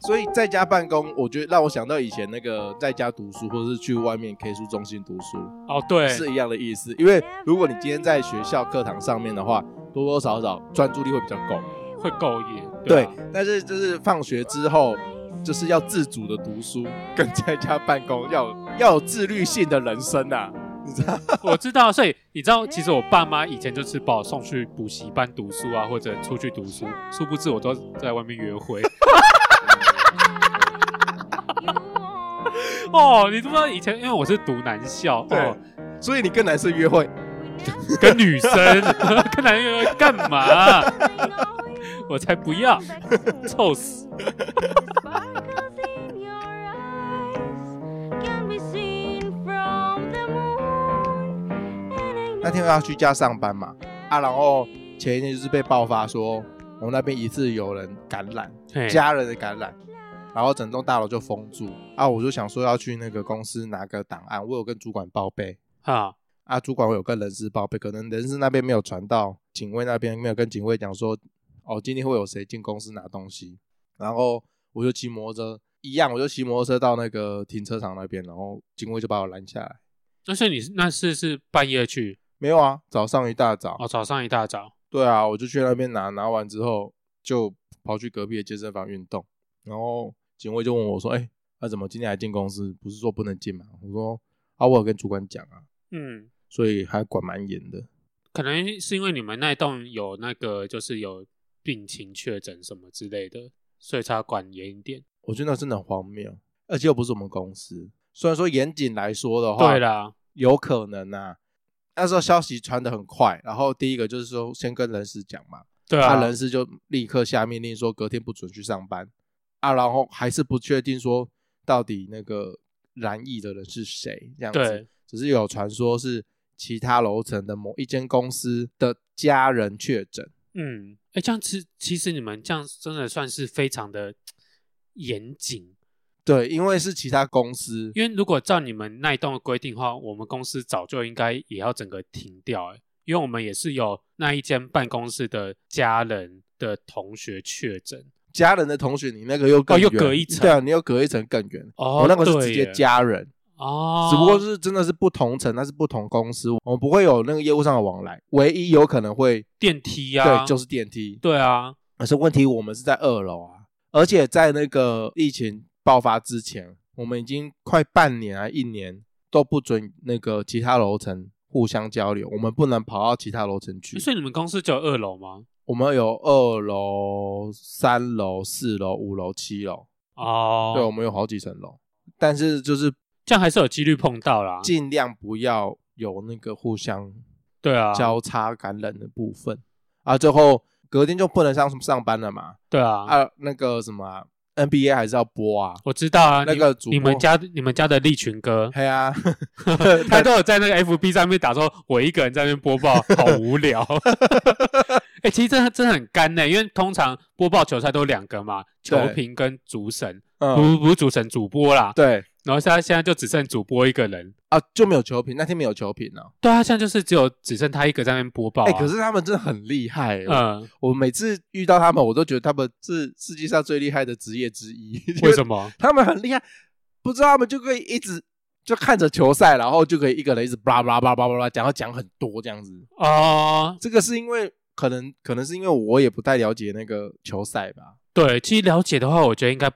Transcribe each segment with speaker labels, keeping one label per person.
Speaker 1: 所以在家办公，我觉得让我想到以前那个在家读书，或者是去外面 K 书中心读书
Speaker 2: 哦，对，
Speaker 1: 是一样的意思。因为如果你今天在学校课堂上面的话，多多少少专注力会比较够。
Speaker 2: 会够啊野，
Speaker 1: 对
Speaker 2: 吧，
Speaker 1: 但是就是放学之后，就是要自主的读书，跟在家办公 要有要有自律性的人生呐、啊，你知道？
Speaker 2: 我知道，所以你知道，其实我爸妈以前就是把我送去补习班读书啊，或者出去读书，殊不知我都在外面 约会。哦，你知不知道以前，因为我是读男校，
Speaker 1: 对
Speaker 2: 哦、
Speaker 1: 所以你跟男生约会，
Speaker 2: 跟女生 跟男人约会干嘛？我才不要，臭死！
Speaker 1: 那天我要去家上班嘛，啊，然后前一天就是被爆发说，我们那边疑似有人感染，
Speaker 2: 嘿
Speaker 1: 家人的感染，然后整栋大楼就封住啊，我就想说要去那个公司拿个档案，我有跟主管报备。
Speaker 2: 啊，
Speaker 1: 啊，主管我有跟人事报备，可能人事那边没有传到，警卫那边没有跟警卫讲说，哦，今天会有谁进公司拿东西，然后我就骑摩托车，一样，我就骑摩托车到那个停车场那边，然后警卫就把我拦下来。
Speaker 2: 那是你是那是是半夜去
Speaker 1: 没有啊，早上一大早，
Speaker 2: 哦，早上一大早
Speaker 1: 对啊，我就去那边拿，拿完之后就跑去隔壁的健身房运动，然后警卫就问我说，哎、那、怎么今天还进公司？不是说不能进吗？我说，啊，我有跟主管讲啊，
Speaker 2: 嗯。
Speaker 1: 所以还管蛮严的。
Speaker 2: 可能是因为你们那一栋有那个，就是有病情确诊什么之类的，所以才要管严一点。
Speaker 1: 我觉得那真的很荒谬，而且又不是我们公司。虽然说严谨来说的话，
Speaker 2: 对，啦，
Speaker 1: 有可能啊。那时候消息传的很快，然后第一个就是说先跟人事讲嘛，
Speaker 2: 对
Speaker 1: 那、
Speaker 2: 啊，
Speaker 1: 人事就立刻下命令说隔天不准去上班啊，然后还是不确定说到底那个染疫的人是谁，这样子
Speaker 2: 对，
Speaker 1: 只是有传说是其他楼层的某一间公司的家人确诊，
Speaker 2: 嗯，哎、这样其其实你们这样真的算是非常的严谨，
Speaker 1: 对，因为是其他公司，
Speaker 2: 因为如果照你们那一栋的规定的话，我们公司早就应该也要整个停掉、诶因为我们也是有那一间办公室的家人的同学确诊，
Speaker 1: 家人的同学，你那个又更
Speaker 2: 哦又
Speaker 1: 远
Speaker 2: 隔一层
Speaker 1: 对啊，你又隔一层更远。
Speaker 2: 哦
Speaker 1: 我那个是
Speaker 2: 对
Speaker 1: 直接
Speaker 2: 耶
Speaker 1: 家人，
Speaker 2: 哦，
Speaker 1: 只不过是真的是不同层，那是不同公司，我们不会有那个业务上的往来，唯一有可能会
Speaker 2: 电梯呀、
Speaker 1: 对
Speaker 2: 啊，
Speaker 1: 就是是电梯。
Speaker 2: 对啊，
Speaker 1: 可是问题我们是在二楼啊，而且在那个疫情爆发之前，我们已经快半年啊一年都不准那个其他楼层互相交流，我们不能跑到其他楼层去。
Speaker 2: 所以你们公司只有二楼吗？
Speaker 1: 我们有二楼、三楼、四楼、五楼、七楼。
Speaker 2: 哦，
Speaker 1: 对，我们有好几层楼，但是就是
Speaker 2: 这样还是有几率碰到啦。
Speaker 1: 尽量不要有那个互相
Speaker 2: 对啊，
Speaker 1: 交叉感染的部分啊。最后隔天就不能上上班了嘛
Speaker 2: 对啊，
Speaker 1: 啊，那个什么啊、NBA 还是要播啊，
Speaker 2: 我知道啊。
Speaker 1: 那
Speaker 2: 你
Speaker 1: 个主
Speaker 2: 你们
Speaker 1: 播
Speaker 2: 家你们家的利群哥，
Speaker 1: 嘿啊，
Speaker 2: 他都有在那个 FB 上面打说，我一个人在那边播报，好无聊。 哎、其实真的真的很干欸呢、因为通常播报球赛都两个嘛，球
Speaker 1: 对
Speaker 2: 评跟主审，
Speaker 1: 嗯，
Speaker 2: 不不是主审主播啦。
Speaker 1: 对
Speaker 2: 然后现在现在就只剩主播一个人。
Speaker 1: 啊，就没有球评，那天没有球评啊。
Speaker 2: 对啊，现在就是只有只剩他一个在那边播报、啊。
Speaker 1: 哎、可是他们真的很厉害、嗯，
Speaker 2: 嗯，
Speaker 1: 我每次遇到他们，我都觉得他们是世界上最厉害的职业之一。
Speaker 2: 为
Speaker 1: 么？
Speaker 2: 什么？
Speaker 1: 他们很厉害，不知道他们就可以一直就看着球赛，然后就可以一个人一直巴拉巴拉巴拉巴拉巴拉讲，要讲很多这样子。
Speaker 2: 哦、
Speaker 1: 这个是因为可能可能是因为我也不太了解那个球赛吧，
Speaker 2: 对，其实了解的话，我觉得应该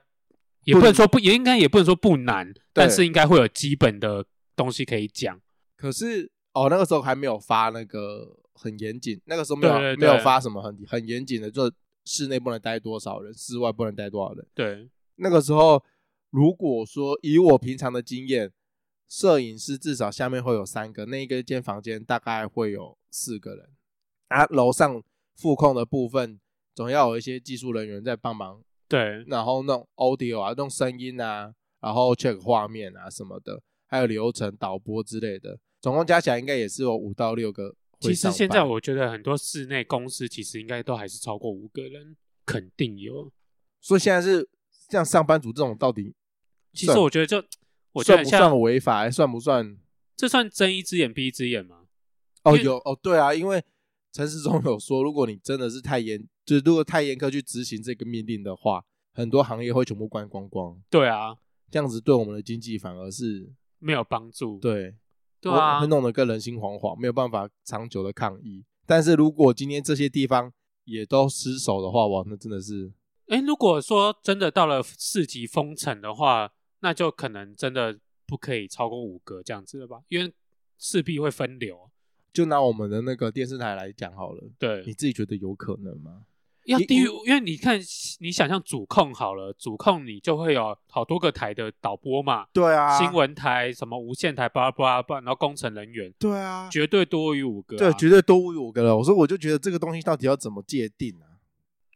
Speaker 2: 也
Speaker 1: 不
Speaker 2: 不能说不，也应该也不能说不难，但
Speaker 1: 对
Speaker 2: 是应该会有基本的东西可以讲。
Speaker 1: 可是哦那个时候还没有发那个很严谨，那个时候没有
Speaker 2: 对对
Speaker 1: 没
Speaker 2: 对
Speaker 1: 有发什么很很严谨的，就室内不能待多少人，室外不能待多少人。
Speaker 2: 对，
Speaker 1: 那个时候如果说以我平常的经验。摄影师至少下面会有三个，那一个间房间大概会有四个人。啊，楼上副控的部分总要有一些技术人员在帮忙，
Speaker 2: 对，
Speaker 1: 然后弄 audio 啊，弄声音啊，然后 check 画面啊什么的，还有流程导播之类的，总共加起来应该也是有五到六个会
Speaker 2: 其实
Speaker 1: 上班。
Speaker 2: 现在我觉得很多室内公司其实应该都还是超过五个人，肯定有。
Speaker 1: 所以现在是像上班族这种到底
Speaker 2: 其实
Speaker 1: 算
Speaker 2: 我觉得就，我觉
Speaker 1: 算
Speaker 2: 得
Speaker 1: 不
Speaker 2: 像
Speaker 1: 算违法，还算不算？
Speaker 2: 这算睁一只眼闭一只眼吗？
Speaker 1: 哦，
Speaker 2: 因为
Speaker 1: 有哦，对啊，因为陈世忠有说，如果你真的是太严，就是如果太严苛去执行这个命令的话，很多行业会全部关光光，
Speaker 2: 对啊，
Speaker 1: 这样子对我们的经济反而是
Speaker 2: 没有帮助，
Speaker 1: 对
Speaker 2: 对
Speaker 1: 我
Speaker 2: 啊
Speaker 1: 会，弄得更人心惶惶，没有办法长久的抗议。但是如果今天这些地方也都失守的话，哇，那真的是
Speaker 2: 诶，如果说真的到了四级封城的话，那就可能真的不可以超过五个这样子了吧，因为势必会分流。
Speaker 1: 就拿我们的那个电视台来讲好了，你
Speaker 2: 对，
Speaker 1: 自己觉得有可能吗？
Speaker 2: 要
Speaker 1: 你
Speaker 2: 低于，因为你看，你想象主控好了，主控你就会有好多个台的导播嘛，
Speaker 1: 对啊
Speaker 2: 新闻台、什么无线台、巴拉巴拉巴拉，然后工程人员，
Speaker 1: 对啊，
Speaker 2: 绝对多于五个、啊。
Speaker 1: 对，绝对多于五个了。我说我就觉得这个东西到底要怎么界定啊？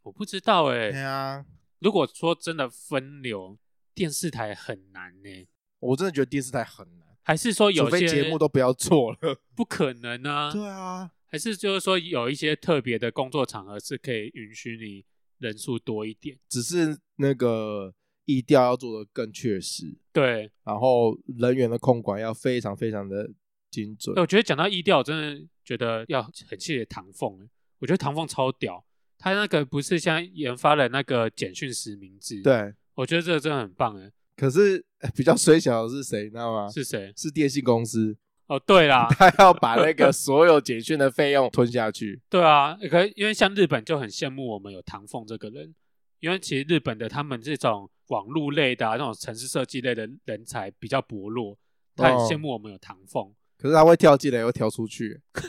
Speaker 2: 我不知道哎、
Speaker 1: 对啊，
Speaker 2: 如果说真的分流，电视台很难呢、欸
Speaker 1: 我真的觉得电视台很难，
Speaker 2: 还是说有
Speaker 1: 除非
Speaker 2: 些
Speaker 1: 节目都不要 做了。
Speaker 2: 不可能啊？
Speaker 1: 对啊，
Speaker 2: 还是就是说有一些特别的工作场合是可以允许你人数多一点？
Speaker 1: 只是那个意调要做的更确实，
Speaker 2: 对，
Speaker 1: 然后人员的控管要非常非常的精准。
Speaker 2: 我觉得讲到意调，我真的觉得要很谢谢唐凤，欸我觉得唐凤超屌，他那个不是像研发了那个简讯实名制，，
Speaker 1: 对，
Speaker 2: 我觉得这个真的很棒哎，
Speaker 1: 可是呃比较衰小的是谁，你知道吗？
Speaker 2: 是谁？
Speaker 1: 是电信公司，
Speaker 2: 哦，对啦，
Speaker 1: 他要把那个所有简讯的费用吞下去。
Speaker 2: 对啊，可因为像日本就很羡慕我们有唐凤这个人，因为其实日本的他们这种网络类的、啊、那种城市设计类的人才比较薄弱，他很
Speaker 1: 哦
Speaker 2: 羡慕我们有唐 凤。
Speaker 1: 可是他会跳进来又跳出去，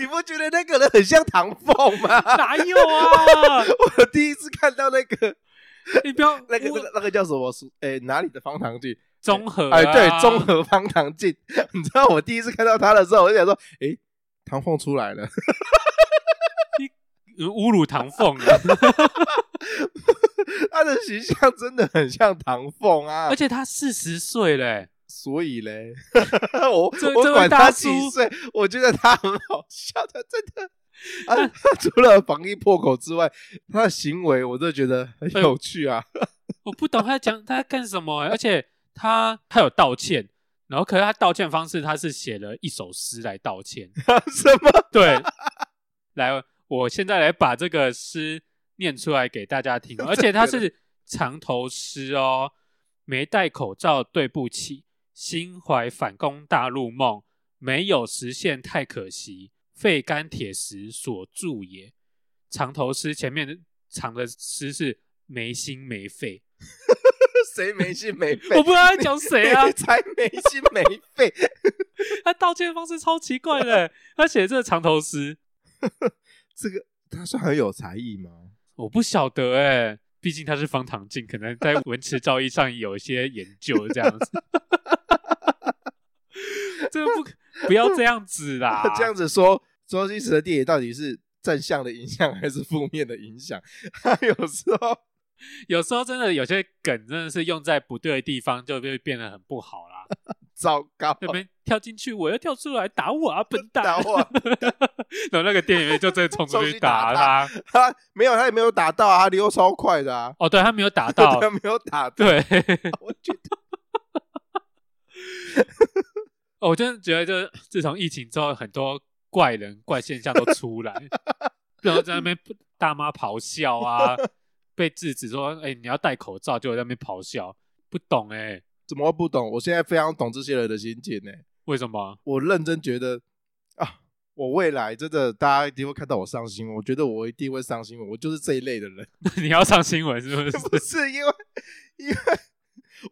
Speaker 1: 你不觉得那个人很像唐凤吗？
Speaker 2: 哪有啊？
Speaker 1: 我第一次看到那个
Speaker 2: 你不要
Speaker 1: 那个那
Speaker 2: 我
Speaker 1: 个那个叫什么？哎、哪里的方糖镜？
Speaker 2: 综合、啊，
Speaker 1: 哎、对，综。合方糖镜。 你知道我第一次看到他的时候，我就想说，哎、唐凤出来了，
Speaker 2: 呃侮辱唐凤 啊，
Speaker 1: 他的形象真的很像唐凤啊
Speaker 2: 而。且他四十岁嘞，
Speaker 1: 所以 嘞，我
Speaker 2: 这
Speaker 1: 我
Speaker 2: 这位
Speaker 1: 管
Speaker 2: 大
Speaker 1: 他
Speaker 2: 叔
Speaker 1: 几岁，我觉得他很好笑，他真 的。啊，他除了防疫破口之外，他的行为我都觉得很
Speaker 2: 呃
Speaker 1: 有趣啊。
Speaker 2: 我不懂他在讲他在干什么欸、而且他他有道歉，然后可是他道歉方式他是写了一首诗来道歉，
Speaker 1: 什么？
Speaker 2: 对， 来，我现在来把这个诗念出来给大家听哦，而且它是长头诗哦。没戴口罩，对不起，心怀反攻大陆梦，没有实现太可惜，肺肝铁石所铸也。长头诗前面的长的诗是没心没肺，
Speaker 1: 谁没心没肺？，
Speaker 2: 我不知道在讲谁啊
Speaker 1: 才没心没肺。
Speaker 2: 他道歉方式超奇怪的，他写的这个长头诗，
Speaker 1: 这个他算很有才艺吗？
Speaker 2: 我不晓得哎、毕竟他是方唐镜，可能在文词造诣上有一些研究这样子。 这个不可不要这样子啦
Speaker 1: ，这样子说，周星驰的电影到底是正向的影响还是负面的影响？他有时候
Speaker 2: 有时候真的有些梗真的是用在不对的地方，就会变得很不 好啦。
Speaker 1: 糟糕，
Speaker 2: 那边跳进去，我又跳出来打我啊，笨蛋！
Speaker 1: 打我
Speaker 2: 然后那个店员就真的冲出
Speaker 1: 冲
Speaker 2: 去
Speaker 1: 去打
Speaker 2: 打他。
Speaker 1: 他没有，他也没有打到啊，他溜超快的啊，
Speaker 2: 哦，对他没 有打到，
Speaker 1: 他没有打到，
Speaker 2: 对。
Speaker 1: 我觉得
Speaker 2: 哦我真的觉得，就是自从疫情之后，很多怪人、怪现象都出来，比如在那边大妈咆哮啊，被制止说：“哎、你要戴口罩。”就在那边咆哮，不懂哎、
Speaker 1: 怎么会不懂？我现在非常懂这些人的心情呢、
Speaker 2: 为什么？
Speaker 1: 我认真觉得啊，我未来真的大家一定会看到我上新闻，我觉得我一定会上新闻，我就是这一类的人。
Speaker 2: 你要上新闻是不是？
Speaker 1: 不是因为，因为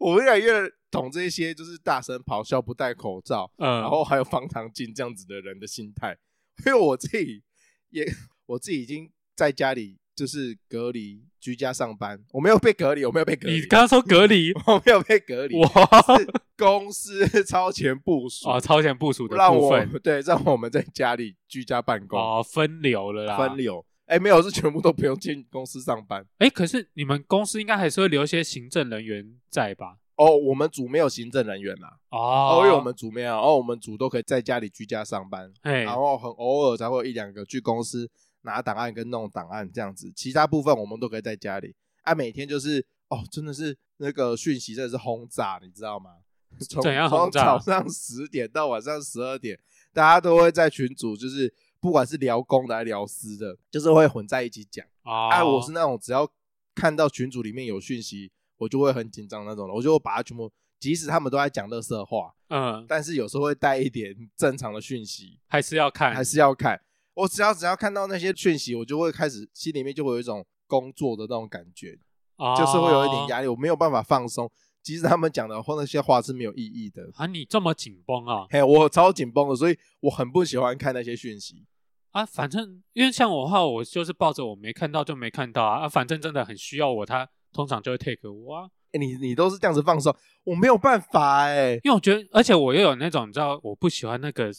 Speaker 1: 我越来越懂这些，就是大声咆哮、不戴口罩，
Speaker 2: 嗯，
Speaker 1: 然后还有方糖镜这样子的人的心态。因为我自己也， 我自己已经在家里就是隔离居家上班，我没有被隔离，我没有被隔
Speaker 2: 你
Speaker 1: 离，
Speaker 2: 刚刚说隔离，
Speaker 1: 我没有被隔离，
Speaker 2: 我
Speaker 1: 是 公司超前部署，
Speaker 2: 哦，超前部署的
Speaker 1: 让
Speaker 2: 部
Speaker 1: 我
Speaker 2: 分
Speaker 1: 对让我们在家里居家办公、
Speaker 2: 哦，分流了啦。
Speaker 1: 分。流。哎，没有，是全部都不用进公司上班。
Speaker 2: 哎、可是你们公司应该还是会留一些行政人员在吧？
Speaker 1: 哦，我们组没有行政人员啦、
Speaker 2: 哦，
Speaker 1: 哦，因为我们组没有，哦，我们组都可以在家里居家上班，
Speaker 2: 哎
Speaker 1: 然后很偶尔才会有一两个去公司拿档案跟弄档案这样子，其他部分我们都可以在家里。啊，每天就是哦，真的是那个讯息真的是轰炸，你知道吗？ 从
Speaker 2: 怎样
Speaker 1: 从
Speaker 2: 轰炸
Speaker 1: 早上十点到晚上十二点，大家都会在群组就是。不管是聊公的还是聊私的，就是会混在一起讲。
Speaker 2: 哦，
Speaker 1: 哎、我是那种只要看到群组里面有讯息，我就会很紧张那种的，我就会把它全部，即使他们都在讲乐色话，
Speaker 2: 嗯，
Speaker 1: 但是有时候会带一点正常的讯息，
Speaker 2: 还是要看
Speaker 1: 还是要看。我只要只要看到那些讯息，我就会开始心里面就会有一种工作的那种感觉，
Speaker 2: 哦
Speaker 1: 就是会有一点
Speaker 2: 压
Speaker 1: 压力，我没有办法放松。即使他们讲的或那些话是没有意义的，
Speaker 2: 啊，你这么紧绷啊
Speaker 1: 嘿，我超紧绷的，所以我很不喜欢看那些讯息。
Speaker 2: 啊，反正因为像我的话，我就是抱着我没看到就没看到啊，啊，反正真的很需要我，他通常就会 take 我啊，
Speaker 1: 哎、你你都是这样子放松，我没有办法哎、
Speaker 2: 因为我觉得，而且我又有那种你知道，我不喜欢那个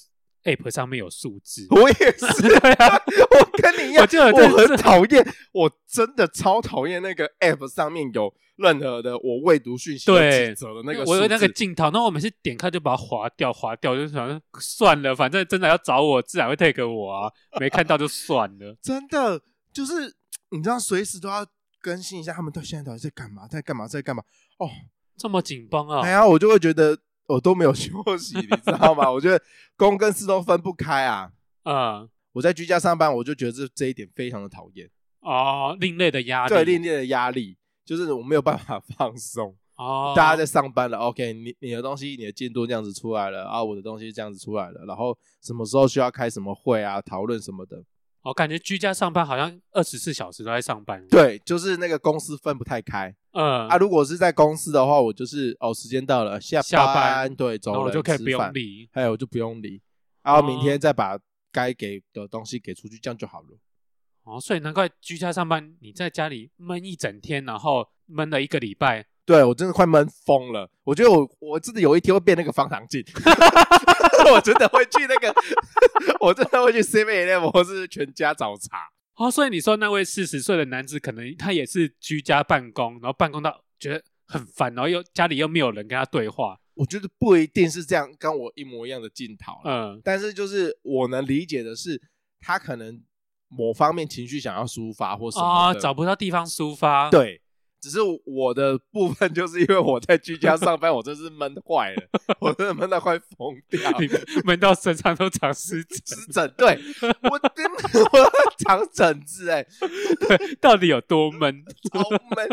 Speaker 2: app 上面有数字，
Speaker 1: 我也是，
Speaker 2: 对啊
Speaker 1: 我跟你一样，
Speaker 2: 我记得
Speaker 1: 我
Speaker 2: 这
Speaker 1: 很讨厌，我真的超讨厌那个 app 上面有任何的我未读讯息的
Speaker 2: 对
Speaker 1: 指责的那个
Speaker 2: 我有那个
Speaker 1: 数字
Speaker 2: 镜头，那我每次点开就把它划掉，划掉，就想说算了，反正真的要找我，自然会 take 我啊，没看到就算了。
Speaker 1: 真的就是你知道，随时都要更新一下他们到现在到底在干嘛，在干嘛，在干嘛。哦，
Speaker 2: 这么紧绷
Speaker 1: 哎
Speaker 2: 啊！
Speaker 1: 呀，我就会觉得我都没有休息，你知道吗？ 我觉得公跟私都分不开啊。
Speaker 2: 嗯，
Speaker 1: 我在居家上班，我就觉得这这一点非常的讨厌，
Speaker 2: 哦，另类的压力，
Speaker 1: 对另类的压力，就是我没有办法 放松。
Speaker 2: 哦，
Speaker 1: 大家在上班了，OK，你你的东西你的进度这样子出来了啊，我的东西这样子出来了，然后什么时候需要开什么会啊，讨论什么的，
Speaker 2: 我哦感觉居家上班好像二十四小时都在上班。，
Speaker 1: 对，就是那个公司分不太开
Speaker 2: 嗯，
Speaker 1: 啊。如果是在公司的话，我就是哦，时间到了，下
Speaker 2: 下班
Speaker 1: 对，走
Speaker 2: 然后
Speaker 1: 了，
Speaker 2: 我就可以
Speaker 1: 吃
Speaker 2: 不用
Speaker 1: 饭，
Speaker 2: 理。
Speaker 1: 还有就不用理，然后明
Speaker 2: 哦
Speaker 1: 天再把该给的东西给出去，这样就好了。
Speaker 2: 哦，所以难怪居家上班，你在家里闷一整天，然后闷了一个礼拜，
Speaker 1: 对我真的快闷疯了，我觉得我我真的有一天会变那个方糖 镜，我真的会去那个， 我真的会去 Seven Eleven 或是全家找茶。
Speaker 2: 哦，所以你说那位四十岁的男子，可能他也是居家办公，然后办公到觉得很烦，然后又家里又没有人跟他对话，
Speaker 1: 我觉得不一定是这样，跟我一模一样的镜头啦。
Speaker 2: 嗯，
Speaker 1: 但是就是我能理解的是，他可能某方面情绪想要抒发或什
Speaker 2: 啊、
Speaker 1: 么
Speaker 2: 哦，
Speaker 1: 的。
Speaker 2: 找不到地方抒发，，
Speaker 1: 对，只是我的部分就是因为我在居家上班，我真是闷坏了，我真的闷到快疯掉。
Speaker 2: 你闷到身上都长湿疹，
Speaker 1: 湿疹，对我真的我长疹子哎、
Speaker 2: 到底有多闷？
Speaker 1: 超闷。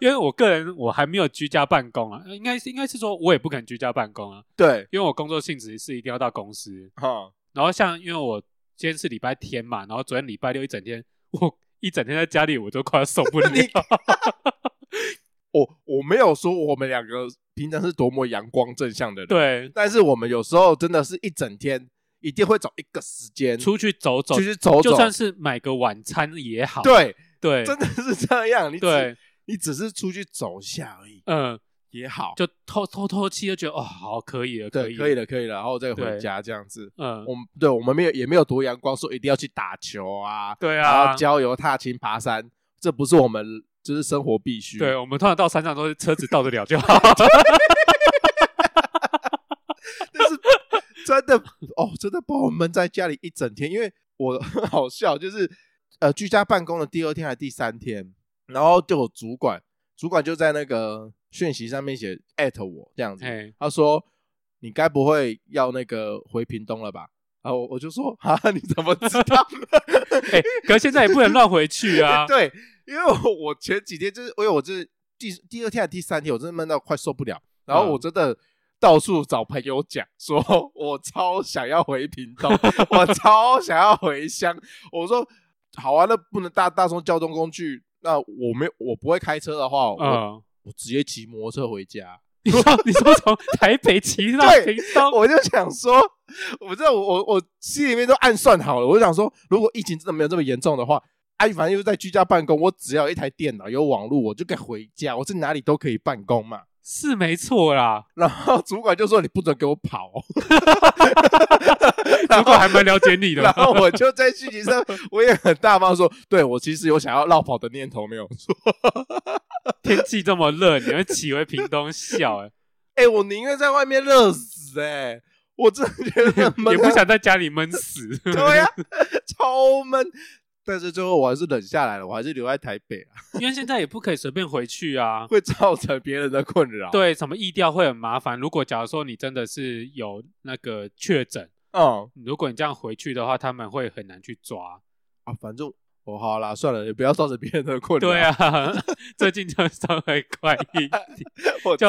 Speaker 2: 因为我个人我还没有居家办公啊，应该是应该是说我也不肯居家办公啊，
Speaker 1: 对，
Speaker 2: 因为我工作性质是一定要到公司。
Speaker 1: 哈，
Speaker 2: 然后像因为我今天是礼拜天嘛，然后昨天礼拜六一整天，我一整天在家里我都快要受不了
Speaker 1: 你我我没有说我们两个平常是多么阳光正向的人，
Speaker 2: 对，
Speaker 1: 但是我们有时候真的是一整天一定会找一个时间
Speaker 2: 出去走走
Speaker 1: 嗯出，去走走，
Speaker 2: 就算是买个晚餐也好，
Speaker 1: 对，
Speaker 2: 对
Speaker 1: 真的是这样。你只
Speaker 2: 对，
Speaker 1: 你只是出去走一下而已
Speaker 2: 嗯，
Speaker 1: 也好，
Speaker 2: 就透透透气，就觉得哦，好可以了，
Speaker 1: 对，
Speaker 2: 以，
Speaker 1: 可以，了，可以了，然后再回
Speaker 2: 对
Speaker 1: 家这样子。
Speaker 2: 嗯，
Speaker 1: 我们对我们没有也没有多阳光，说一定要去打球啊，
Speaker 2: 对
Speaker 1: 然
Speaker 2: 啊
Speaker 1: 后，郊游、踏青、爬山，这不是我们就是生活必须。
Speaker 2: 对，我们通常到山上都是车子到得了 就好，
Speaker 1: 真的哦，真的把我闷在家里一整天，因为我 很好笑，就是呃居家办公的第二天还是第三天，然后就有主管，主管就在那个讯息上面写艾特我这样子，
Speaker 2: 哎，
Speaker 1: 他说你该不会要那个回屏东了吧？然后我我就说啊，你怎么知道？，
Speaker 2: 哎，可是现在也不能乱回去 啊
Speaker 1: 对，因为我我前几天就是，因为我就是第第二天还是第三天，我真的闷到快受不了，然
Speaker 2: 嗯
Speaker 1: 后我真的。到处找朋友讲，说我超想要回屏东，我超想要回乡。我说好啊，那不能搭大众交通工具，那我没我不会开车的话，我、
Speaker 2: 嗯。
Speaker 1: 我直接骑摩托车回家。
Speaker 2: 你说，你说从台北骑到
Speaker 1: 对
Speaker 2: 屏东，
Speaker 1: 我就想说，我这我我我心里面都暗算好了，我就想说，如果疫情真的没有这么严重的话，哎、反正又在居家办公，我只要有一台电脑有网络，我就可以回家，我在哪里都可以办公嘛。
Speaker 2: 是没错啦。
Speaker 1: 然后主管就说你不准给我跑哦，
Speaker 2: 如果还蛮了解你的
Speaker 1: 然
Speaker 2: 啦，
Speaker 1: 后我就在讯息上我也很大方说，对我其实有想要绕跑的念头没有错，
Speaker 2: 天气这么热，你会骑回屏东笑、欸，
Speaker 1: 哎、我宁愿在外面热死哎、我真的觉得 闷
Speaker 2: 也不
Speaker 1: 到
Speaker 2: 想在家里闷 死。
Speaker 1: 对呀、超闷。但是最后我还是忍下来了，我还是留在台北啊，
Speaker 2: 因为现在也不可以随便回去啊。
Speaker 1: 会造成别人的困扰。
Speaker 2: 对，什么意调会很麻烦。如果假如说你真的是有那个确诊，
Speaker 1: 嗯
Speaker 2: 如果你这样回去的话，他们会很难去抓。
Speaker 1: 啊，反正我、哦、好啦，算了，也不要造成别人的困扰。
Speaker 2: 对，啊， 最近就稍微快一点，
Speaker 1: 我
Speaker 2: 就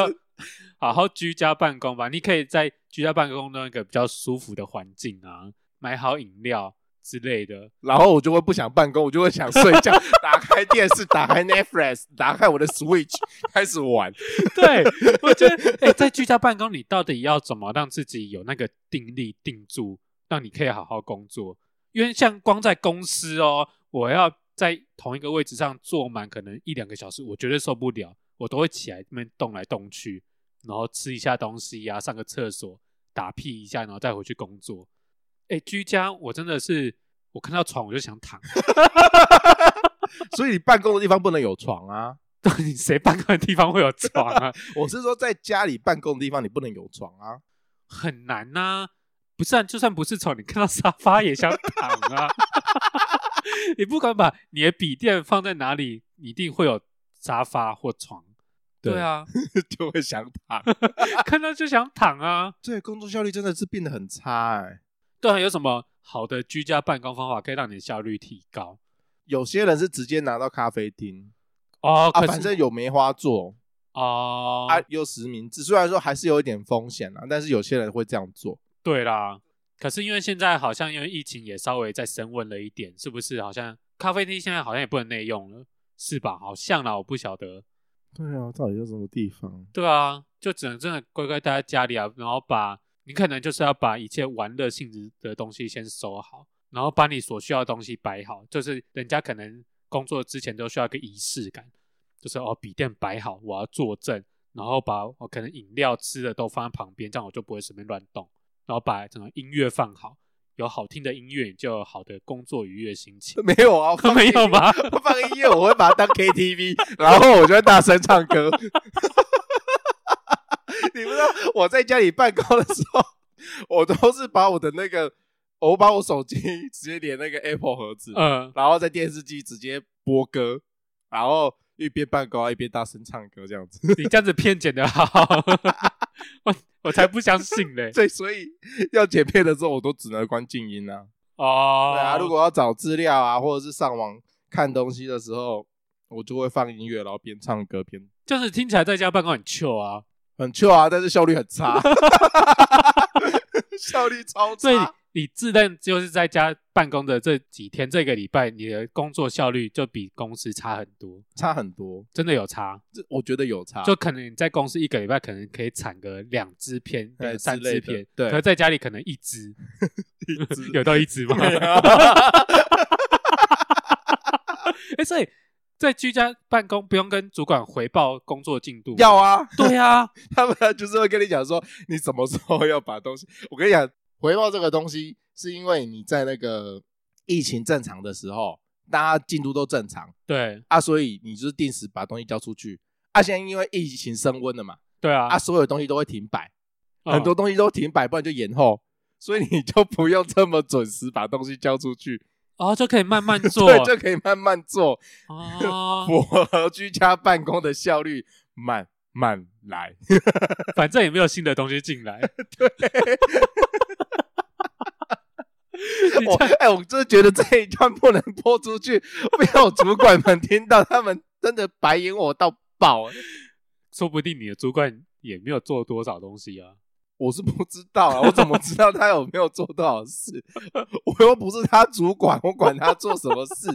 Speaker 2: 好好居家办公吧。你可以在居家办公弄一个比较舒服的环境啊，买好饮料之类的。
Speaker 1: 然后我就会不想办公，我就会想睡觉，打开电视，打开 Netflix，打开我的 Switch，开 始玩。
Speaker 2: 对，我觉得，哎、在居家办公，你到底要怎么让自己有那个定力定住，让你可以好好工作？因为像光在公司哦，我要在同一个位置上坐满可能一两个小时，我绝对受不了，我都会起来那边动来动去，然后吃一下东西呀、上个厕所，打屁一下，然后再回去工作。哎，居家我真的是，我看到床我就想躺。
Speaker 1: 所以你办公的地方不能有床啊！
Speaker 2: 到底谁办公的地方会有床啊？
Speaker 1: 我是说，在家里办公的地方你不能有床啊！
Speaker 2: 很难呐、不是、啊，就算不是床，你看到沙发也想躺啊。 你不管把你的笔电放在哪里，你一定会有沙发或床。
Speaker 1: 对
Speaker 2: 对啊，
Speaker 1: 就会想躺。
Speaker 2: 看到就想躺啊。
Speaker 1: 对，工作效率真的是变得很差哎、
Speaker 2: 对啊，有什么好的居家办公方法可以让你的效率提高？
Speaker 1: 有些人是直接拿到咖啡厅
Speaker 2: 哦，
Speaker 1: 啊，
Speaker 2: 可是
Speaker 1: 反正有梅花座
Speaker 2: 哦、
Speaker 1: 啊，有实名制，虽然说还是有一点风险啦，但是有些人会这样做。
Speaker 2: 对啦。可是因为现在好像因为疫情也稍微再升温了一点，是不是？好像咖啡厅现在好像也不能内用了，是吧？好像啦，我不晓得。
Speaker 1: 对啊，到底是什么地方？，
Speaker 2: 对啊，就只能真的乖乖待在家里啊，然后把你可能就是要把一切玩乐性质的东西先收好，然后把你所需要的东西摆好，就是人家可能工作之前都需要一个仪式感，就是哦笔电摆好，我要坐正，然后把我、哦可能饮料吃的都放在旁边，这样我就不会随便乱动，然后把整个音乐放好，有好听的音乐你就有好的工作愉悦心 情
Speaker 1: 没有啊，放
Speaker 2: 没有吗？
Speaker 1: 我放音乐，我会把它当 KTV，然 后我就会大声唱歌。 你不知道我在家里办公的时候，我都是把我的那个，我把我手机直接连那个 Apple 盒子，
Speaker 2: 嗯，
Speaker 1: 然后在电视机直接播歌，然后一边办公一边大声唱歌这样子。
Speaker 2: 你这样子骗剪的好， 我我才不相信嘞。
Speaker 1: 对，所以要剪片的时候，我都只能关静音啊。
Speaker 2: 哦，
Speaker 1: 对啊，如果要找资料啊，或者是上网看东西的时候，我就会放音乐，然后边唱歌边
Speaker 2: 就是听起来在家办公很 chill 啊，
Speaker 1: 很 chill 啊，但是效率很 差，效率超
Speaker 2: 所以
Speaker 1: 差。
Speaker 2: 你你自认就是在家办公的这几天，这个礼拜你的工作效率就比公司差很多，
Speaker 1: 差很多，
Speaker 2: 真的有差。
Speaker 1: 这我觉得有差。
Speaker 2: 就可能你在公司一个礼拜可能可以产个两支片、
Speaker 1: 哎
Speaker 2: 三
Speaker 1: 之类
Speaker 2: 支
Speaker 1: 的
Speaker 2: 片，
Speaker 1: 对
Speaker 2: 可是在家里可能一支，
Speaker 1: 支
Speaker 2: 有到一支吗？
Speaker 1: 没有
Speaker 2: 哎，所以在居家办公不用跟主管回报工作进度吗，
Speaker 1: 要啊，
Speaker 2: 对 啊，
Speaker 1: 他们就是会跟你讲说，你什么时候要把东西。我跟你讲，回报这个东西，是因为你在那个疫情正常的时候，大家进度都正常
Speaker 2: 对
Speaker 1: 啊，所以你就是定时把东西交出去。啊，现在因为疫情升温了嘛，
Speaker 2: 对啊，
Speaker 1: 啊，所有东西都会停摆，
Speaker 2: 嗯
Speaker 1: 很多东西都停摆，不然就延后， 所以你就不用这么准时把东西交出去。
Speaker 2: 哦就可以慢慢 做
Speaker 1: 对，就可以慢慢做，
Speaker 2: 哦，
Speaker 1: 符合居家办公的效率，慢慢来。
Speaker 2: 反正也没有新的东西进来。对，你
Speaker 1: 我
Speaker 2: 这样
Speaker 1: 哎、我真的觉得这一段不能播出去，被我主管们听到，他们真的白眼我到爆、
Speaker 2: 说不定你的主管也没有做多少东西啊。
Speaker 1: 我是不知道啊，我怎么知道他有没有做多少事？ 我又不是他主管，我管他做什么 事？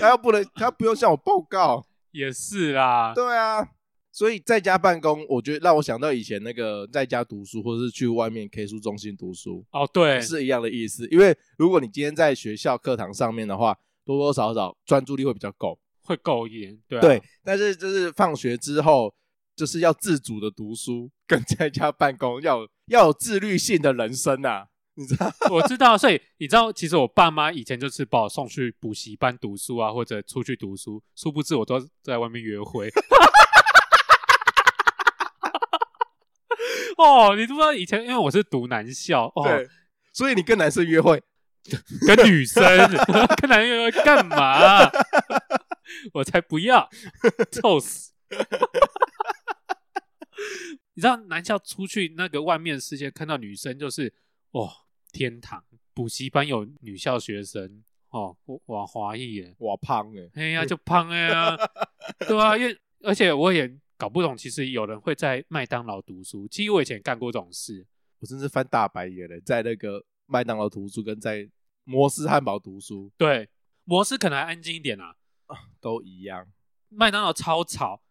Speaker 1: 他又不能，他不用向我报告。
Speaker 2: 也是啦，
Speaker 1: 对啊，所以在家办公，我觉得让我想到以前那个在家读书，或者是去外面 K 书中心读书，
Speaker 2: 哦对，
Speaker 1: 是一样的意思。因为如果你今天在学校课堂上面的话，多多少少专注力会比较够。
Speaker 2: 会够严，对啊
Speaker 1: 对，但是就是放学之后，就是要自主的读书，跟在家办公要有要有自律性的人生啊，你知道？
Speaker 2: 我知道。所以你知道，其实我爸妈以前就是把我送去补习班读书啊，或者出去读书，殊不知我都在外面约会。哦，你知不知道以前因为我是读男校，哦，
Speaker 1: 对，所以你跟男生约会，
Speaker 2: 跟女生，跟男人干嘛？ 我才不要，臭死！ 你知道男校出去那个外面世界看到女生就是，哦，天堂，补习班有女校学生哦，我我华裔耶，
Speaker 1: 哇胖哎、
Speaker 2: 哎呀就胖哎呀，对啊，因为而且我也搞不懂，其实有人会在麦当劳读书，其实我以前干过这种事，
Speaker 1: 我真是翻大白眼了，在那个麦当劳读书跟在摩斯汉堡读书
Speaker 2: 对，摩斯可能还安静一点啊，
Speaker 1: 都一样。
Speaker 2: 麦当劳超吵，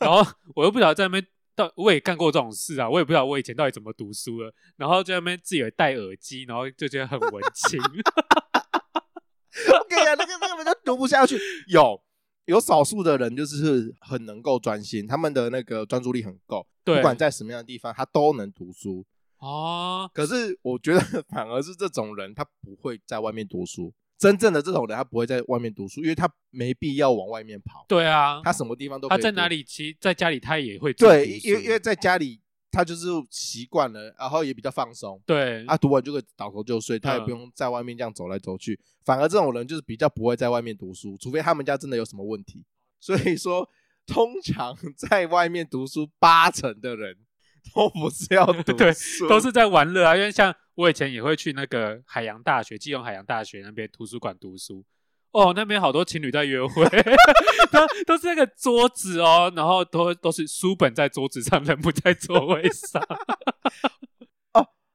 Speaker 2: 然后我又不晓得在那边到，我也干过这种事啊，我也不知道我以前到底怎么读书了，然后在那边自己有戴耳机，然后就觉得很文青，
Speaker 1: 我跟你啊讲，那个那个人就读不下去。有有少数的人就是很能够专心，他们的那个专注力很够，
Speaker 2: 对，
Speaker 1: 不管在什么样的地方，他都能读书。
Speaker 2: 哦，
Speaker 1: 可是我觉得 反而是这种人，他不会在外面读书。真正的这种人，他不会在外面读书，因为他没必要往外面跑，
Speaker 2: 对啊，
Speaker 1: 他什么地方都可
Speaker 2: 他
Speaker 1: 以
Speaker 2: 在
Speaker 1: 读
Speaker 2: 哪里，其实在家里他也会自己
Speaker 1: 对，
Speaker 2: 读
Speaker 1: 因为
Speaker 2: 书
Speaker 1: 因为在家里他就是习惯了，然后也比较放松。
Speaker 2: 对
Speaker 1: 啊，读完就可以倒头就睡，他也
Speaker 2: 嗯
Speaker 1: 不用在外面这样走来走去。反而这种人就是比较不会在外面读书，除非他们家真的有什么问题。所以说，通常 在外面读书八成的人都不是要读
Speaker 2: 对
Speaker 1: 书，
Speaker 2: 都是在玩乐啊，因为像我以前也会去那个海洋大学、基隆海洋大学那边图书馆读书。哦，那边好多情侣在约会， 都都是那个桌子哦，然后都都是书本在桌子上，人不在座位上。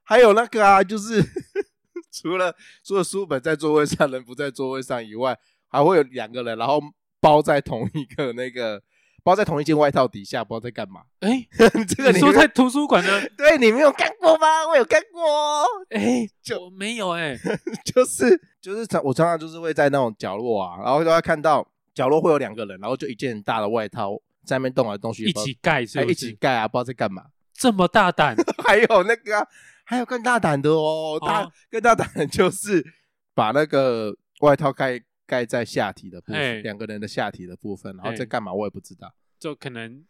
Speaker 1: 还有那个啊，就是 除了除了书本在座位上，人不在座位上以外，还会有两个人，然后包在同一个那个包在同一件外套底下，不知道在干嘛。
Speaker 2: 哎、
Speaker 1: 这个
Speaker 2: 你
Speaker 1: 你
Speaker 2: 说
Speaker 1: 没有
Speaker 2: 在图书馆 的？
Speaker 1: 对你没有看过吗？我有看过哦，
Speaker 2: 哎、
Speaker 1: 就
Speaker 2: 我没有哎、
Speaker 1: 就是就是常我常常就是会在那种角落啊，然后就会看到角落会有两个人，然后就一件大的外套在那边动来动去，
Speaker 2: 一起盖是
Speaker 1: 还
Speaker 2: 不是？
Speaker 1: 一起盖啊，不知道在干嘛。
Speaker 2: 这么大胆
Speaker 1: 还有那个啊、还有更大胆的哦，大、
Speaker 2: 哦
Speaker 1: 更大胆的就是把那个外套盖盖在下体的部
Speaker 2: 嘿
Speaker 1: 分，两个人的下体的部分，然后
Speaker 2: 嘿
Speaker 1: 在干嘛我也不知道，
Speaker 2: 就可能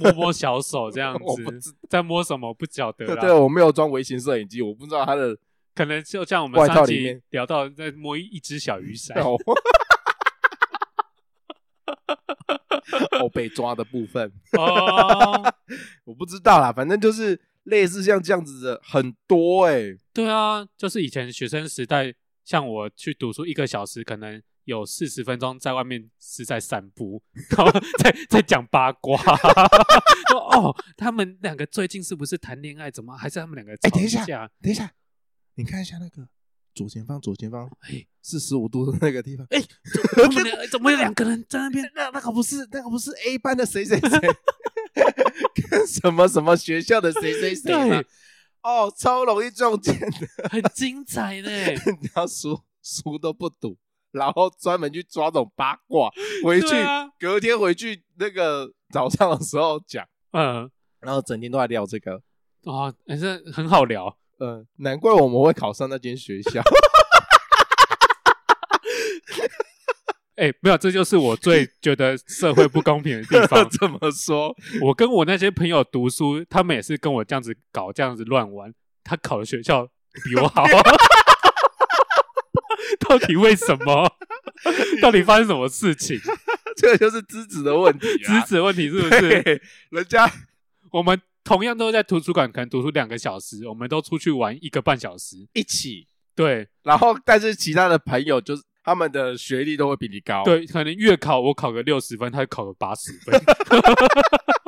Speaker 2: 摸摸小手这样
Speaker 1: 我不
Speaker 2: 子，
Speaker 1: 知
Speaker 2: 在摸什么不晓得啦。
Speaker 1: 对，我没有装微型摄影机，我不知道他的
Speaker 2: 可能就像我们
Speaker 1: 外
Speaker 2: 上
Speaker 1: 套里
Speaker 2: 集
Speaker 1: 面
Speaker 2: 聊到，在摸一一只小 雨伞。
Speaker 1: 哦，哦被抓的部分，
Speaker 2: 哦，
Speaker 1: 我不知道啦，反正就是类似像这样子的很多哎、
Speaker 2: 对啊，就是以前学生时代，像我去读书一个小时，可能有四十分钟在外面是在散步，然后 在在讲八卦， 说哦，他们两个最近是不是谈恋爱？怎么还是他们两个吵
Speaker 1: 哎等一下
Speaker 2: 架？
Speaker 1: 等一下，你看一下那个左前方，左前方
Speaker 2: 哎
Speaker 1: 四十五度的那个地方，
Speaker 2: 他们两怎么有两个人在那边？
Speaker 1: 那那个不是那个不是 A 班的谁谁谁， 跟什么什么学校的谁谁谁吗
Speaker 2: 对，？
Speaker 1: 哦，超容易中箭的，
Speaker 2: 很精彩呢。
Speaker 1: 然后书书都不读，然后专门去抓这种八卦， 回去、
Speaker 2: 对啊，
Speaker 1: 隔天回去那个早上的时候讲，
Speaker 2: 嗯，
Speaker 1: 然后整天都在聊这个。
Speaker 2: 哦，还是很好聊。
Speaker 1: 嗯，难怪我们会考上那间学 校。。
Speaker 2: 哎、没有，这就是我最觉得社会不公平的地方
Speaker 1: 这么说，
Speaker 2: 我跟我那些朋友读书，他们也是跟我这样子搞，这样子乱玩。他考的学校比我好， 到底为什么？到底发生什么事情？
Speaker 1: 这个就是资质的问题、
Speaker 2: 资
Speaker 1: 啊。
Speaker 2: 质问题是不
Speaker 1: 对，
Speaker 2: 是？
Speaker 1: 人家
Speaker 2: 我们同样都是在图书馆，可能读书两个小时，我们都出去玩一个半小时。
Speaker 1: 一起，
Speaker 2: 对
Speaker 1: 然后但是其他的朋友就是他们的学历都会比你高。，
Speaker 2: 对，可能月考我考个六十分，他考个八十分，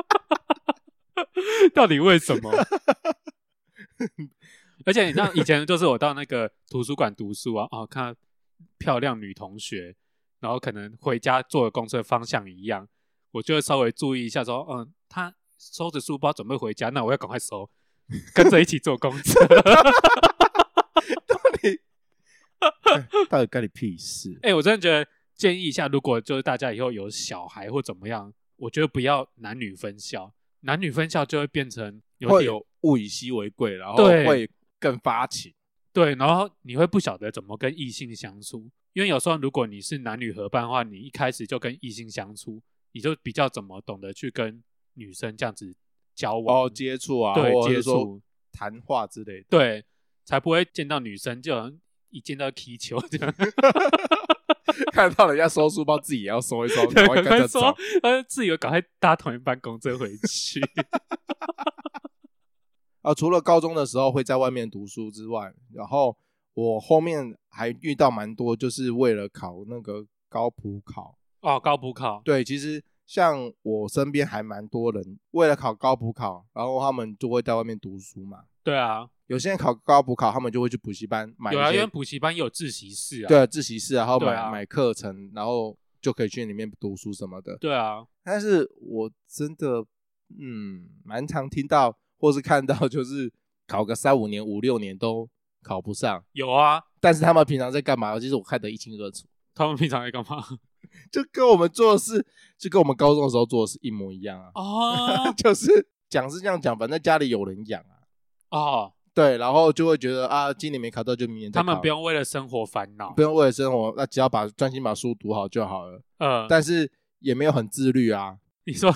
Speaker 2: 到底为什么？而且你知道，以前就是我到那个图书馆读书啊，哦，看到漂亮女同学，然后可能回家坐的公车方向一样，我就会稍微注意一下，说，嗯，她收着书包准备回家，那我要赶快收，跟着一起坐公车。
Speaker 1: 到底干你屁事？
Speaker 2: 哎、我真的觉得建议一下，如果就是大家以后有小孩或怎么样，我觉得不要男女分校，男女分校就会变成有
Speaker 1: 会
Speaker 2: 点
Speaker 1: 有物以稀为贵，然后
Speaker 2: 对
Speaker 1: 会更发情。
Speaker 2: 对，然后你会不晓得怎么跟异性相处，因为有时候如果你是男女合办的话，你一开始就跟异性相处，你就比较怎么懂得去跟女生这样子交往，
Speaker 1: 哦，接触啊，
Speaker 2: 对
Speaker 1: 或者
Speaker 2: 接
Speaker 1: 是说
Speaker 2: 触，
Speaker 1: 谈话之类的。
Speaker 2: 对，才不会见到女生就好像一见到踢球这样。
Speaker 1: 看到人家收书包，自己也要收一 收，
Speaker 2: 对
Speaker 1: 赶快跟着走
Speaker 2: 说。，呃，自己有赶快搭同一班公车回去。
Speaker 1: 呃啊，除了高中的时候会在外面读书之外，然后我后面还遇到蛮多，就是为了考那个高普考。
Speaker 2: 哦，高普考，
Speaker 1: 对，其实像我身边还蛮多人为了考高普考，然后他们就会在外面读书嘛。
Speaker 2: 对啊，
Speaker 1: 有些人考高普考，他们就会去补习班买一
Speaker 2: 有啊，因为
Speaker 1: 些
Speaker 2: 补习班有自习室啊。
Speaker 1: 对自习室，然后
Speaker 2: 对
Speaker 1: 买、
Speaker 2: 啊
Speaker 1: 买课程，然后就可以去里面读书什么的。
Speaker 2: 对啊，
Speaker 1: 但是我真的嗯，蛮常听到或是看到，就是考个三五年、五六年都考不上，
Speaker 2: 有啊，
Speaker 1: 但是他们平常在干嘛？其实我看得一清二楚，
Speaker 2: 他们平常在干嘛？
Speaker 1: 就跟我们做的事，就跟我们高中的时候做的事一模一样啊。
Speaker 2: 哦
Speaker 1: 就是讲是这样讲，反正家里有人养啊，
Speaker 2: 哦，
Speaker 1: 对，然后就会觉得啊，今年没考到就明年再
Speaker 2: 他
Speaker 1: 考。
Speaker 2: 们不用为了生活烦恼
Speaker 1: 不。用为了生活，那只要把专心把书读好就好了。
Speaker 2: 呃，
Speaker 1: 但是也没有很自律啊，
Speaker 2: 你说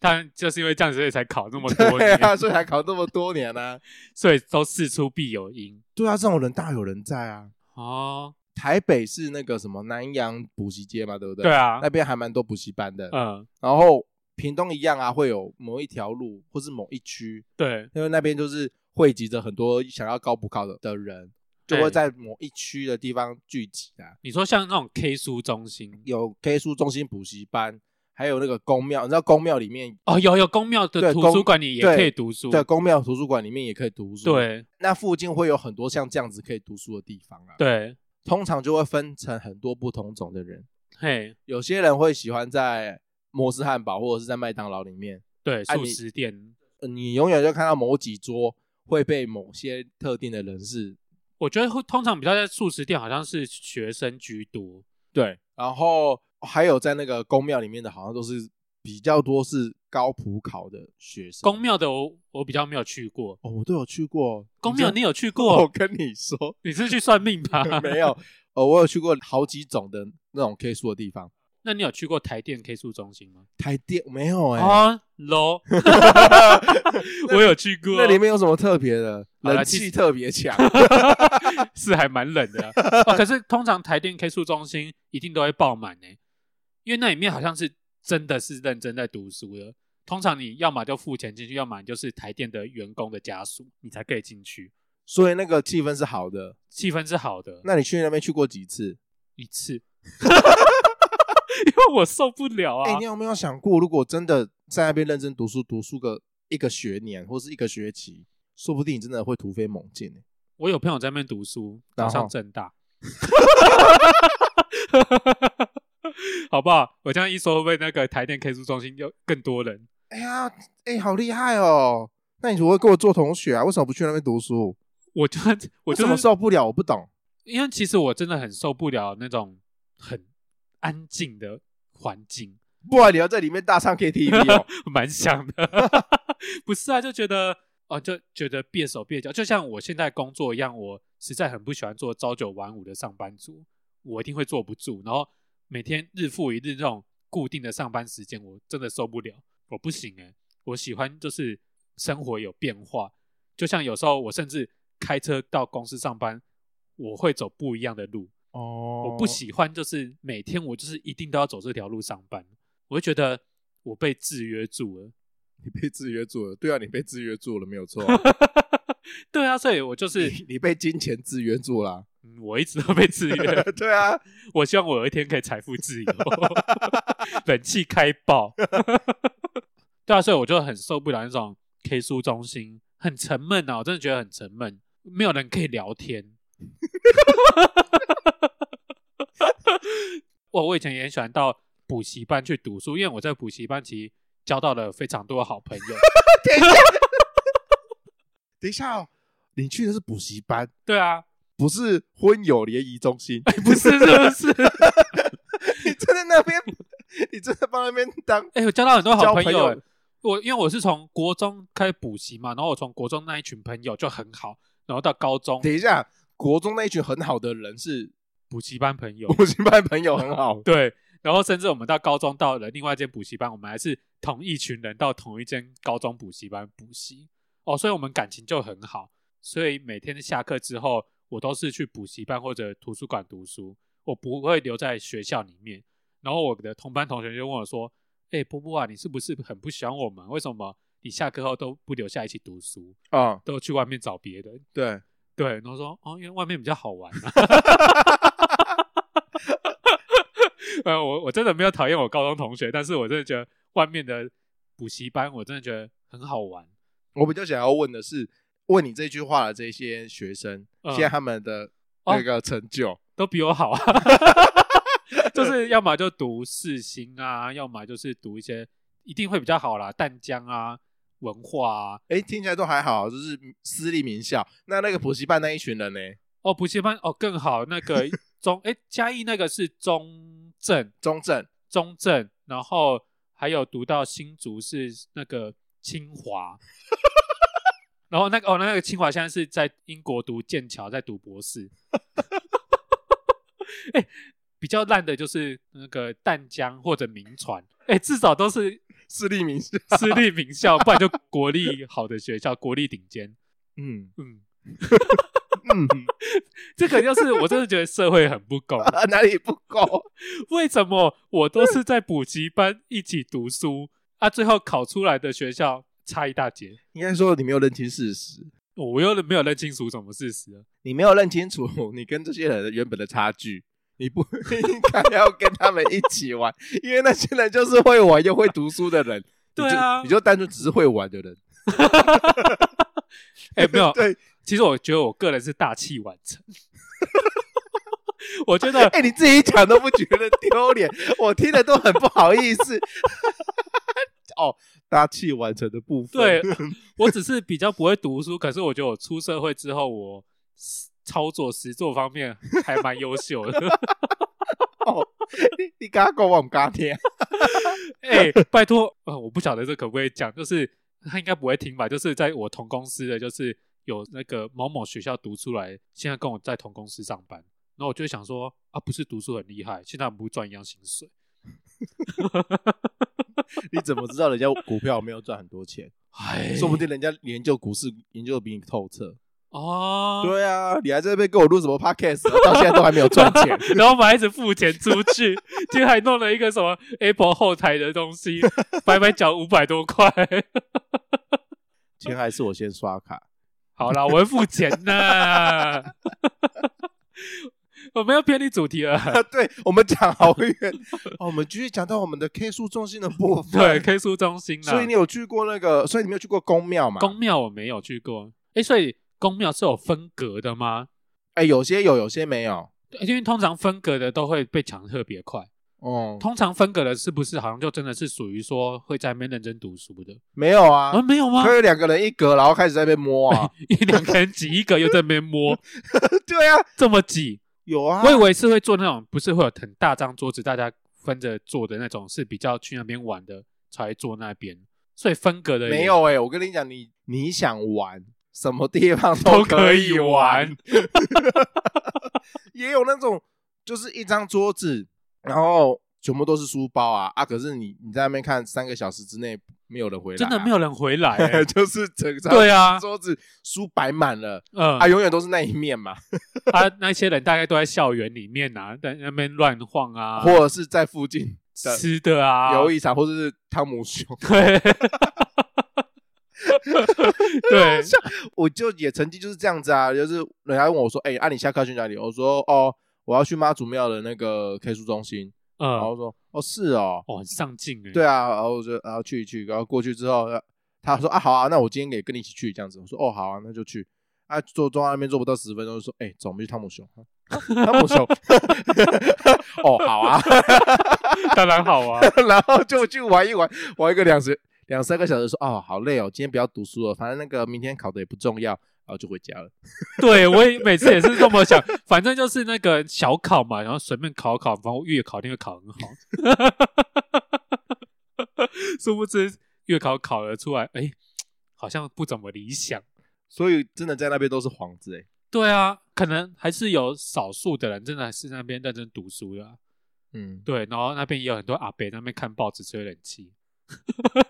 Speaker 2: 他们就是因为这样子，所以才考那么
Speaker 1: 对
Speaker 2: 多年，
Speaker 1: 啊，所以还考这么多年呢、啊。
Speaker 2: 所以都事出必有因。
Speaker 1: 对啊，这种人大有人在啊。
Speaker 2: 哦，
Speaker 1: 台北是那个什么南洋补习街嘛，对不对？
Speaker 2: 对啊
Speaker 1: 那，边还蛮多补习班的。
Speaker 2: 嗯，
Speaker 1: 然后屏东一样啊，会有某一条路或是某一区，
Speaker 2: 对，
Speaker 1: 因为那边就是汇集着很多想要高补考的的人，就会
Speaker 2: 对
Speaker 1: 在某一区的地方聚集啊。
Speaker 2: 你说像那种 K 书中心，
Speaker 1: 有 K 书中心补习班，还有那个公庙，你知道公庙里面
Speaker 2: 哦，有有公庙的
Speaker 1: 对
Speaker 2: 图
Speaker 1: 公
Speaker 2: 书馆里也
Speaker 1: 对
Speaker 2: 可以读书，
Speaker 1: 对公庙图书馆里面也可以读书。，
Speaker 2: 对
Speaker 1: 那附近会有很多像这样子可以读书的地方啊。，
Speaker 2: 对，
Speaker 1: 通常就会分成很多不同种的人。
Speaker 2: 嘿，
Speaker 1: 有些人会喜欢在摩斯汉堡或者是在麦当劳里面，
Speaker 2: 对，
Speaker 1: 啊
Speaker 2: 素
Speaker 1: 你
Speaker 2: 食店，
Speaker 1: 呃你永远就看到某几桌会被某些特定的人士
Speaker 2: 我觉得会通常比较在素食店好像是学生居多，
Speaker 1: 对，然后还有在那个公庙里面的，好像都是比较多是高普考的学生。
Speaker 2: 公庙的我我比较没有去过，
Speaker 1: 哦，我都有去过
Speaker 2: 公庙
Speaker 1: 知
Speaker 2: 你有去
Speaker 1: 道 我
Speaker 2: 过？
Speaker 1: 跟你说
Speaker 2: 你是去算命吧？
Speaker 1: 没有，哦，我有去过好几种的那种 K 数的地方，
Speaker 2: 那你有去过台电 K 数中心吗？
Speaker 1: 台电没有哎、
Speaker 2: 啊，low，我有去过，
Speaker 1: 那里面有什么特别的？
Speaker 2: 好啦
Speaker 1: 冷
Speaker 2: 其实
Speaker 1: 气特别强，
Speaker 2: 是还蛮冷的啊、哦。可是通常台电 K 数中心一定都会爆满呢、因为那里面好像是真的是认真在读书的。通常你要么就付钱进去，要么你就是台电的员工的家属，你才可以进去，
Speaker 1: 所以那个气氛是好的。
Speaker 2: 气氛是好的。
Speaker 1: 那你去那边去过几次？
Speaker 2: 一次， 因为我受不了
Speaker 1: 哎、
Speaker 2: 啊
Speaker 1: 你。有没有想过，如果真的在那边认真读书，读书个一个学年或是一个学期，说不定你真的会突飞猛进、欸。
Speaker 2: 我有朋友在那边读书，
Speaker 1: 然
Speaker 2: 考
Speaker 1: 后
Speaker 2: 上正大， 好不好？我这样一说，会不会那个台电 K 数中心有更多人？
Speaker 1: 哎呀，哎、好厉害哦！那你如何跟我做同学啊？为什么不去那边读书？
Speaker 2: 我就我
Speaker 1: 我
Speaker 2: 就
Speaker 1: 怎么
Speaker 2: 是
Speaker 1: 受不了？我不懂。
Speaker 2: 因为其实我真的很受不了那种很安静的环境，
Speaker 1: 不然你要在里面大唱 KTV 哦。
Speaker 2: 蛮想的。不是啊，就觉得哦、就觉得蹩手蹩脚，就像我现在工作一样，我实在很不喜欢做朝九晚五的上班族，我一定会坐不住。然后每天日复一日这种固定的上班时间，我真的受不了，我不行诶、我喜欢就是生活有变化，就像有时候我甚至开车到公司上班，我会走不一样的路。
Speaker 1: 哦
Speaker 2: 我不。喜欢，就是每天我就是一定都要走这条路上班，我会觉得我被制约住了。
Speaker 1: 哦你被制约住了，对啊，你被制约住了，没有 错。
Speaker 2: 对啊，所以我就是
Speaker 1: 你你被金钱制约住了、
Speaker 2: 嗯我一直都被制约。
Speaker 1: 对啊，
Speaker 2: 我希望我有一天可以财富自由， 冷气开爆。 对啊，所以我就很受不了那种 K 书中心，很沉闷啊，我真的觉得很沉闷，没有人可以聊天。 我我以前也很喜欢到补习班去读书，因为我在补习班其实交到了非常多好朋友。
Speaker 1: 等一下、哦，你去的是补习班，
Speaker 2: 对啊，
Speaker 1: 不是婚友联谊中心。
Speaker 2: 不是是不是？
Speaker 1: 你真的那边，你真的帮那边当
Speaker 2: 哎、我交到很多 好
Speaker 1: 交
Speaker 2: 朋
Speaker 1: 朋
Speaker 2: 友、
Speaker 1: 友
Speaker 2: 欸。我因为我是从国中开始补习嘛，然后我从国中那一群朋友就很好，然后到高中
Speaker 1: 等一下，国中那一群很好的人是
Speaker 2: 补习班朋友，，
Speaker 1: 补习班朋友很好
Speaker 2: 对，然后甚至我们到高中到了另外一间补习班，我们还是同一群人到同一间高中补习班补习哦，所以我们感情就很好。所以每天下课之后，我都是去补习班或者图书馆读书，我不会留在学校里面。然后我的同班同学就问我说：“哎、波波啊，你是不是很不喜欢我们？为什么你下课后都不留下一起读书，
Speaker 1: 啊、
Speaker 2: 都去外面找别人
Speaker 1: 对，？”
Speaker 2: 对，然后说哦，因为外面比较好玩、啊。 呃，我我真的没有讨厌我高中同学，但是我真的觉得外面的补习班，我真的觉得很好玩。
Speaker 1: 我比较想要问的是，问你这句话的这些学生，
Speaker 2: 嗯哦
Speaker 1: 现在他们的那个成就，
Speaker 2: 都比我好啊， 就是要么就读四星啊，要么就是读一些一定会比较好啦，淡江啊，文化啊。
Speaker 1: 哎、听起来都还好，就是私立名校。那那个补习班那一群人呢？
Speaker 2: 哦，补习班哦更好，那个 中哎嘉义那个是中正
Speaker 1: 中正
Speaker 2: 中正，然后还有读到新竹是那个清华。 然后那个哦，那个清华现在是在英国读剑桥，在读博士。 哎、比较烂的就是那个淡江或者名传，哎、至少都是
Speaker 1: 私立名校，
Speaker 2: 私立名校，不然就国立好的学校，国立顶尖。
Speaker 1: 嗯
Speaker 2: 嗯，
Speaker 1: 嗯，
Speaker 2: 这个就是我真的觉得社会很不公。
Speaker 1: 哪里不够？
Speaker 2: 为什么我都是在补习班一起读书啊，最后考出来的学校差一大截？
Speaker 1: 应该说你没有认清事实，
Speaker 2: 哦我又没有认清楚什么事实了。
Speaker 1: 你没有认清楚你跟这些人原本的差距。你不 应该要跟他们一起玩，因为那些人就是会玩又会读书的人。你就
Speaker 2: 对啊
Speaker 1: 你就单纯只是会玩的人。
Speaker 2: 哎、没 有，
Speaker 1: 对，
Speaker 2: 其实我觉得我个人是大器晚成。 我觉得
Speaker 1: 哎、你自己讲都不觉得丢脸，我听了都很不好意思。 哦，大器晚成的部分，
Speaker 2: 对 我只是比较不会读书，可是我觉得我出社会之后，我操作实作方面还蛮优秀的。
Speaker 1: 哦，你你敢讲我唔敢听，
Speaker 2: 哎、拜托、呃，我不晓得这可不可以讲，就是他应该不会听吧？就是在我同公司的，就是有那个某某学校读出来，现在跟我在同公司上班，然后我就会想说啊，不是读书很厉害，现在我们不是赚一样薪水？
Speaker 1: 你怎么知道人家股票有没有赚很多钱？
Speaker 2: 哎
Speaker 1: 说不定人家研究股市研究的比你透彻。
Speaker 2: 哦，
Speaker 1: 对啊，你还在那边跟我录什么 podcast，到现在都还没有赚钱。
Speaker 2: 然后我们还一直付钱出去， 今天还弄了一个什么 Apple 后台的东 西，白白缴五百多块。
Speaker 1: 钱还是我先刷卡，
Speaker 2: 好啦，我会付钱呐。 我没有偏离主题了。
Speaker 1: 对我们讲好 远，哦，我们继续讲到我们的 K 数中心的部
Speaker 2: 对
Speaker 1: 分。，
Speaker 2: ，K 书中心啦。
Speaker 1: 所以你有去过那个，所以你没有去过公庙嘛？
Speaker 2: 宫庙我没有去过。哎，所以宫庙是有分隔的吗？
Speaker 1: 哎、有些有，有些没有。
Speaker 2: 对因为通常分隔的都会被抢得特别快。
Speaker 1: 哦，
Speaker 2: 通常分隔的是不是好像就真的是属于说会在那边认真读书的？
Speaker 1: 没有啊，
Speaker 2: 啊，没有吗？
Speaker 1: 可以两个人一格，然后开始在那边摸啊。
Speaker 2: 一两个人挤一个，又在那边摸，
Speaker 1: 对啊，
Speaker 2: 这么挤。
Speaker 1: 有啊
Speaker 2: 我以为是会做那种，不是会有很大张桌子，大家分着坐的那种，是比较去那边玩的才坐那边。所以分隔的也
Speaker 1: 没有哎、我跟你讲，你你想玩什么地方
Speaker 2: 都
Speaker 1: 可
Speaker 2: 可以
Speaker 1: 玩
Speaker 2: 玩，
Speaker 1: 也有那种就是一张桌子，然后全部都是书包啊啊！可是你你在那边看三个小时之内没有人回来、。
Speaker 2: 真的没有，人回来、欸
Speaker 1: 就是整张
Speaker 2: 对啊，
Speaker 1: 桌子书摆满了
Speaker 2: 嗯
Speaker 1: 啊，永远都是那一面嘛，
Speaker 2: 他啊那些人大概都在校园里面啊，在那边乱晃啊，
Speaker 1: 或者是在附近的
Speaker 2: 吃的啊，
Speaker 1: 游艺场，或者是汤姆熊。
Speaker 2: 对， 对，
Speaker 1: 我就也曾经就是这样子啊，就是人家问我说：“哎、啊，你下课去哪里？”我说：“哦，我要去妈祖庙的那个 K 书中心。”然
Speaker 2: 嗯，
Speaker 1: 后说：“哦，是哦，
Speaker 2: 哦，很上进哎，
Speaker 1: 对啊。”然后我就然后去一去，然后过去之后，呃他说：“啊，好啊，那我今天也跟你一起去这样子。”我说：“哦，好啊，那就去。”啊，坐坐在那边坐不到十分钟，就说：“哎、走，我们去汤姆熊。啊”汤姆熊，哦，好啊，
Speaker 2: 当然好啊，
Speaker 1: 然后就去玩一玩，玩一个两时两三个小时说哦，好累哦，今天不要读书了，反正那个明天考的也不重要，然后就回家了。
Speaker 2: 对我也每次也是这么想，反正就是那个小考嘛，然后随便考考，反正月考那个考很好， 殊不知月考考了出来，哎，好像不怎么理想。
Speaker 1: 所以真的在那边都是幌子哎、
Speaker 2: 对啊，可能还是有少数的人真的是那边认真读书的啊、
Speaker 1: 嗯，
Speaker 2: 对，然后那边也有很多阿伯在那边看报纸吹冷气，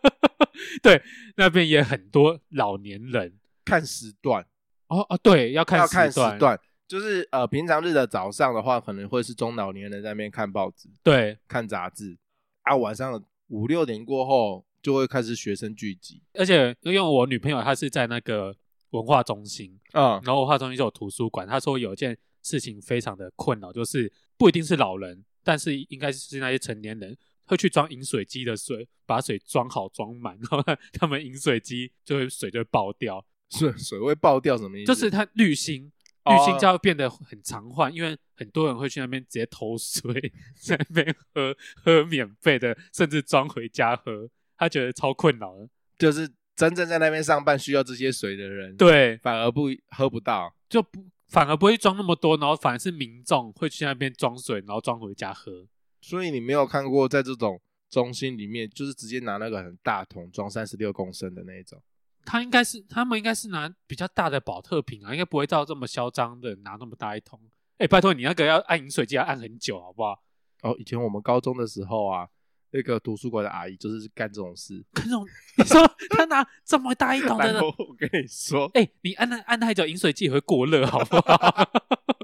Speaker 2: 对，那边也很多老年人。
Speaker 1: 看时段，
Speaker 2: 哦哦，对，要看
Speaker 1: 要看
Speaker 2: 段，
Speaker 1: 段，就是呃，平常日的早上的话，可能会是中老年人在那边看报纸、
Speaker 2: 对，
Speaker 1: 看杂志啊，晚上五六点过后就会开始学生聚集。
Speaker 2: 而且因为我女朋友她是在那个文化中心，
Speaker 1: 嗯
Speaker 2: 然后文化中心就有图书馆。他说有一件事情非常的困扰，就是不一定是老人，但是应该是那些成年人会去装饮水机的水，把水装好装满，然后他们饮水机就会水就会爆掉，
Speaker 1: 水水会爆掉什么意思？
Speaker 2: 就是它滤芯。
Speaker 1: 哦
Speaker 2: 滤芯就要变得很常换，因为很多人会去那边直接偷水，在那边喝喝免费的，甚至装回家喝，他觉得超困扰的。
Speaker 1: 就是真正在那边上班需要这些水的人，，
Speaker 2: 对，
Speaker 1: 反而不喝不到。
Speaker 2: 就不反而不会装那么多，然后反而是民众会去那边装水，然后装回家喝。
Speaker 1: 所以你没有看过在这种中心里面，就是直接拿那个很大桶装三十六公升的那一种。
Speaker 2: 他应该是他们应该是拿比较大的保特瓶啊，应该不会到这么嚣张的拿那么大一桶。哎、拜托你那个要按饮水机要按很久，好不好？
Speaker 1: 哦，以前我们高中的时候啊，那个图书馆的阿姨就是干这种事。
Speaker 2: 看这种，你说他拿这么大一桶的
Speaker 1: 然，后我跟你说，
Speaker 2: 哎、你按那按太久，饮水机也会过热，好不好？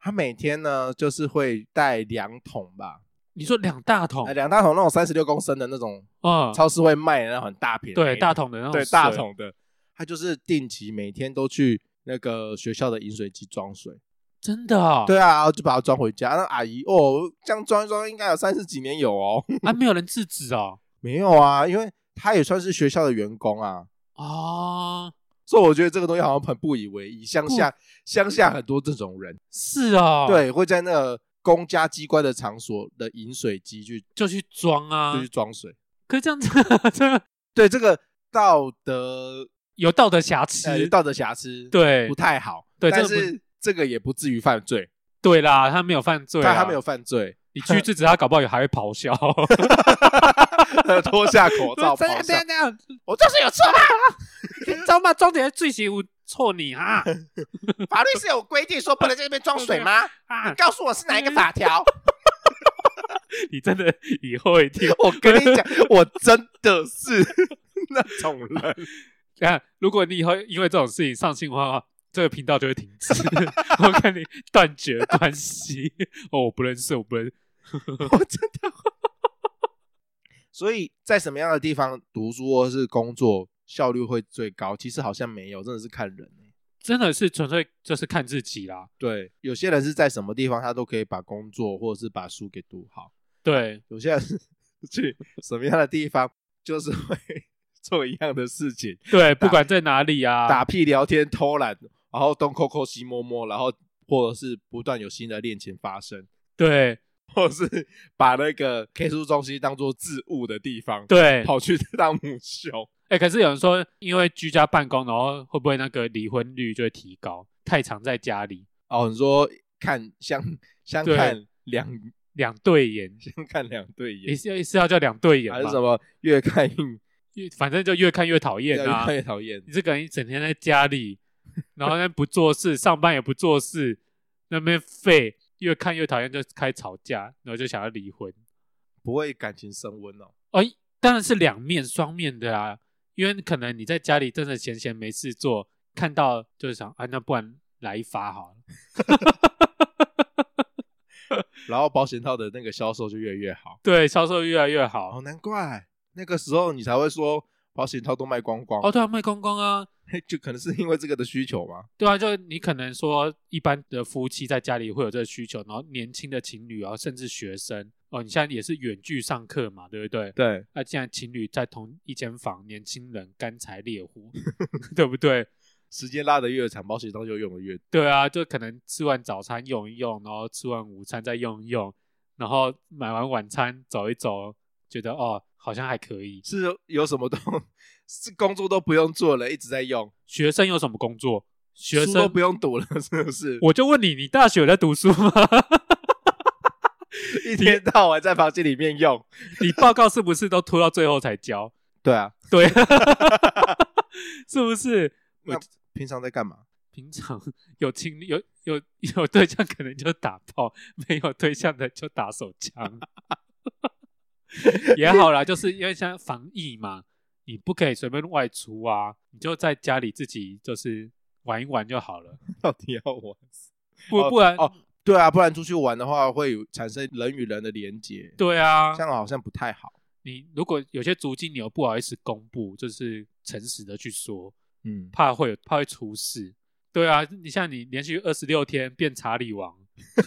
Speaker 1: 她每天呢就是会带两桶吧，
Speaker 2: 你说两大桶
Speaker 1: 呃，两大桶那种三十六公升的那种，
Speaker 2: 嗯，
Speaker 1: 超市会卖的那种很大瓶的那一种，
Speaker 2: 对大桶的那哦种，
Speaker 1: 对大，桶的，她就是定期每天都去那个学校的饮水机装水。
Speaker 2: 真的哦。
Speaker 1: 对啊，然后就把它装回家。那阿姨哦，这样装一装应该有三十几年有哦。
Speaker 2: 啊，没有人制止哦。
Speaker 1: 没有啊，因为她也算是学校的员工啊，
Speaker 2: 哦，
Speaker 1: 所以我觉得这个东西好像很不以为意。乡下乡下很多这种人，
Speaker 2: 是哦，，
Speaker 1: 对，会在那个公家机关的场所的饮水机去
Speaker 2: 就去装啊，
Speaker 1: 就去装水。
Speaker 2: 可是这样子真的
Speaker 1: 对这个道德
Speaker 2: 有道德瑕
Speaker 1: 呃
Speaker 2: 疵，
Speaker 1: 道德瑕疵
Speaker 2: 对
Speaker 1: 不太好，
Speaker 2: 对
Speaker 1: 但
Speaker 2: 这个不
Speaker 1: 是这个也不至于犯罪，
Speaker 2: 对啦，他没有犯罪、啊，
Speaker 1: 但他没有，犯罪，
Speaker 2: 你去制止他，搞不好也还会咆哮。
Speaker 1: 脱下 口罩
Speaker 2: 真的
Speaker 1: 咆
Speaker 2: 这
Speaker 1: 哮
Speaker 2: 样，这样，
Speaker 1: 我就是有错啊啦，
Speaker 2: 你知道吗？装点罪行无错你啊
Speaker 1: 法律是有规定说不能在那边装水吗？
Speaker 2: 啊！
Speaker 1: 告诉我是哪一个法条？
Speaker 2: 你真的以后一定，
Speaker 1: 我跟你讲，我真的是 那种人，
Speaker 2: 等一下如果你以后因为这种事情上新闻的话，这个频道就会停止，我跟你断绝关系。哦，我不认识，我不认识。
Speaker 1: 我真的。所以在什么样的地方读书或是工作效率会最高？其实好像没有，真的是看人、欸。
Speaker 2: 真的是纯粹就是看自己啦。
Speaker 1: 对，有些人是在什么地方他都可以把工作或者是把书给读好，
Speaker 2: 对，
Speaker 1: 有些人是去什么样的地方就是会 做一样的事情，
Speaker 2: 对，不管在哪里啊，
Speaker 1: 打屁聊天偷懒，然后东抠抠西摸摸，然后或者是不断有新的恋情发生。
Speaker 2: 对
Speaker 1: 或是把那个 K 书中心当做置物的地方，
Speaker 2: 对，
Speaker 1: 跑去当母熊。
Speaker 2: 哎、可是有人说，因为居家办公，然后会不会那个离婚率就会提高？太常在家里，
Speaker 1: 哦，你说看相相
Speaker 2: 对
Speaker 1: 看两
Speaker 2: 两对眼，
Speaker 1: 相看两对
Speaker 2: 也
Speaker 1: 眼，
Speaker 2: 是是要叫两对眼
Speaker 1: 还是
Speaker 2: 吧
Speaker 1: 什？么越看越
Speaker 2: 越反正就越看越讨厌
Speaker 1: 越
Speaker 2: 啊
Speaker 1: 看！越讨厌
Speaker 2: 你。这个人一整天在家里，然后呢不做事，上班也不做事，那边废，越看越讨厌，就开始吵架，然后就想要离婚。
Speaker 1: 不会感情升温哦。
Speaker 2: 哦，当然是两面双面的啊，因为可能你在家里真的闲闲没事做，看到就是想，啊，那不然来一发好了。
Speaker 1: 然后保险套的那个销售就越来越好。
Speaker 2: 对，销售越来越好。
Speaker 1: 哦，难怪那个时候你才会说保险套都卖光光，
Speaker 2: 哦，对啊，卖光光啊，
Speaker 1: 就可能是因为这个的需求嘛。
Speaker 2: 对啊，就你可能说一般的夫妻在家里会有这个需求，然后年轻的情侣啊，甚至学生哦，你现在也是远距上课嘛，对不对？
Speaker 1: 对，
Speaker 2: 那既然情侣在同一间房，年轻人干柴烈火， 对不对？
Speaker 1: 时间拉得越长，保险套就用的越多。
Speaker 2: 对啊，就可能吃完早餐用一用，然后吃完午餐再用一用，然后买完晚餐走一走，觉得哦好像还可以。
Speaker 1: 是有什么都是工作都不用做了，一直在用。
Speaker 2: 学生有什么工作？学
Speaker 1: 书都
Speaker 2: 生
Speaker 1: 不用读了，是不是？
Speaker 2: 我就问你，你大学有在读书吗？
Speaker 1: 一天到晚在房间里面用。
Speaker 2: 你报告是不是都拖到最后才交？
Speaker 1: 对啊，
Speaker 2: 对， 是不是？
Speaker 1: 那平常在干嘛？
Speaker 2: 平常有情有有有对象，可能就打炮；没有对象的就打手枪，也好啦。就是因为现在防疫嘛，你不可以随便外出啊，你就在家里自己就是玩一玩就好了。
Speaker 1: 到底要玩？
Speaker 2: 不不然，
Speaker 1: 哦，对啊，不然出去玩的话会有产生人与人的连结，
Speaker 2: 对啊
Speaker 1: 这，样好像不太好。
Speaker 2: 你如果有些足迹你又不好意思公布，就是诚实的去说，
Speaker 1: 嗯，
Speaker 2: 怕会有怕会出事。对啊，你像你连续二十六天变查理王，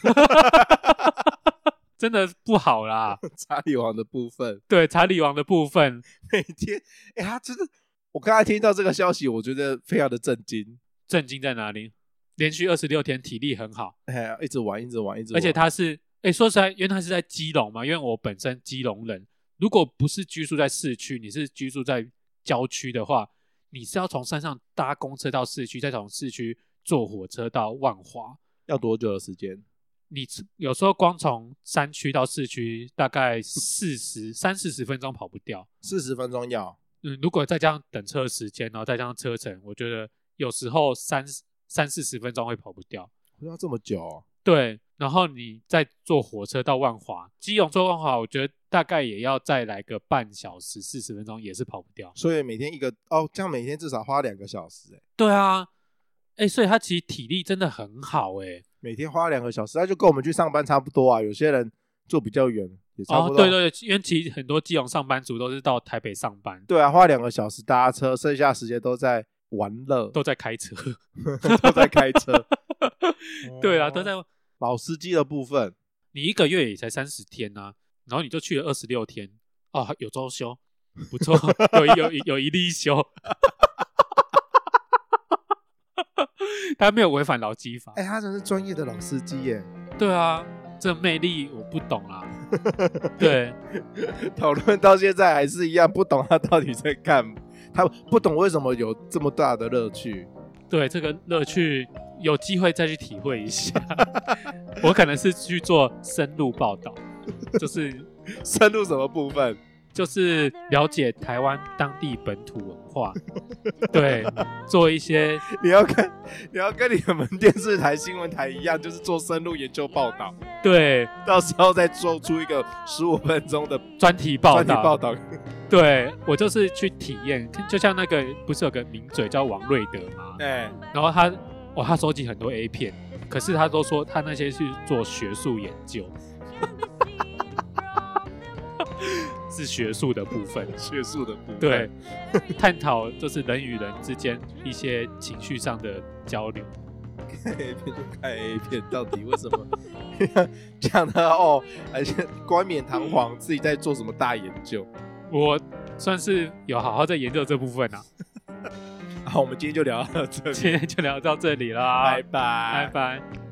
Speaker 2: 真的不好啦。
Speaker 1: 查理王的部分，
Speaker 2: 对查理王的部分，
Speaker 1: 每天，哎、 他真的，我刚才听到这个消息，我觉得非常的震惊。
Speaker 2: 震惊在哪里？连续二十六天体力很好，
Speaker 1: 哎呀，一直玩，一直玩，一直玩，
Speaker 2: 而且他是哎，说实在，因为他是在基隆嘛，因为我本身基隆人，如果不是居住在市区，你是居住在郊区的话，你是要从山上搭公车到市区，再从市区坐火车到万华。
Speaker 1: 要多久的时间？
Speaker 2: 你只有时候光从山区到市区大概四十三四十分钟跑不掉。
Speaker 1: 四十分钟要，
Speaker 2: 嗯，如果再加上等车时间，然后再加上车程，我觉得有时候三三四十分钟会跑不掉。
Speaker 1: 要这么久、哦？
Speaker 2: 对，然后你再坐火车到万华，基隆坐万华，我觉得大概也要再来个半小时四十分钟，也是跑不掉。
Speaker 1: 所以每天一个哦，这样每天至少花两个小时、哎，
Speaker 2: 对啊，哎，所以他其实体力真的很好哎、
Speaker 1: 每天花两个小时，那就跟我们去上班差不多啊。有些人坐比较远也差不
Speaker 2: 哦，
Speaker 1: 多。
Speaker 2: 对对对，因为其实很多基隆上班族都是到台北上班，
Speaker 1: 对啊，花两个小时搭车，剩下时间都在玩乐，
Speaker 2: 都在开车。
Speaker 1: 都在开车。
Speaker 2: 对啊，
Speaker 1: 哦
Speaker 2: 都在
Speaker 1: 老司机的部分，
Speaker 2: 你一个月也才三十天呐、然后你就去了二十六天哦，有周休，不错，有一有一有一例休，他没有违反劳基法。
Speaker 1: 哎、他真是专业的老司机耶。
Speaker 2: 对啊，这魅力我不懂啦。对，
Speaker 1: 讨论到现在还是一样，不懂他到底在干嘛，他不懂为什么有这么大的乐趣。
Speaker 2: 对，这个乐趣有机会再去体会一下。 我可能是去做深入报道，就是
Speaker 1: 深入什么部分？
Speaker 2: 就是了解台湾当地本土文 化，对，做一些
Speaker 1: 你要跟你要跟你们电视台、新闻台一样，就是做深入研究报道，
Speaker 2: 对
Speaker 1: 到时候再做出一个十五分钟的
Speaker 2: 专题报
Speaker 1: 专题
Speaker 2: 道。
Speaker 1: 报道。
Speaker 2: 对我就是去体验，就像那个不是有个名嘴叫王瑞德吗？
Speaker 1: 哎，
Speaker 2: 然后他哦，他收集很多 A 片，可是他都说他那些是做学术研究， 是学术的部分。
Speaker 1: 学术的部分。
Speaker 2: 对，，探讨就是人与人之间一些情绪上的交流。
Speaker 1: 看 A 片就看 A 片，到底为 什么讲的哦，而且冠冕堂皇自己在做什么大研究？
Speaker 2: 我算是有好好在研究这部分啊。
Speaker 1: 好，我们今天就聊到这里，
Speaker 2: 今天就聊到这里啦，
Speaker 1: 拜拜
Speaker 2: 拜拜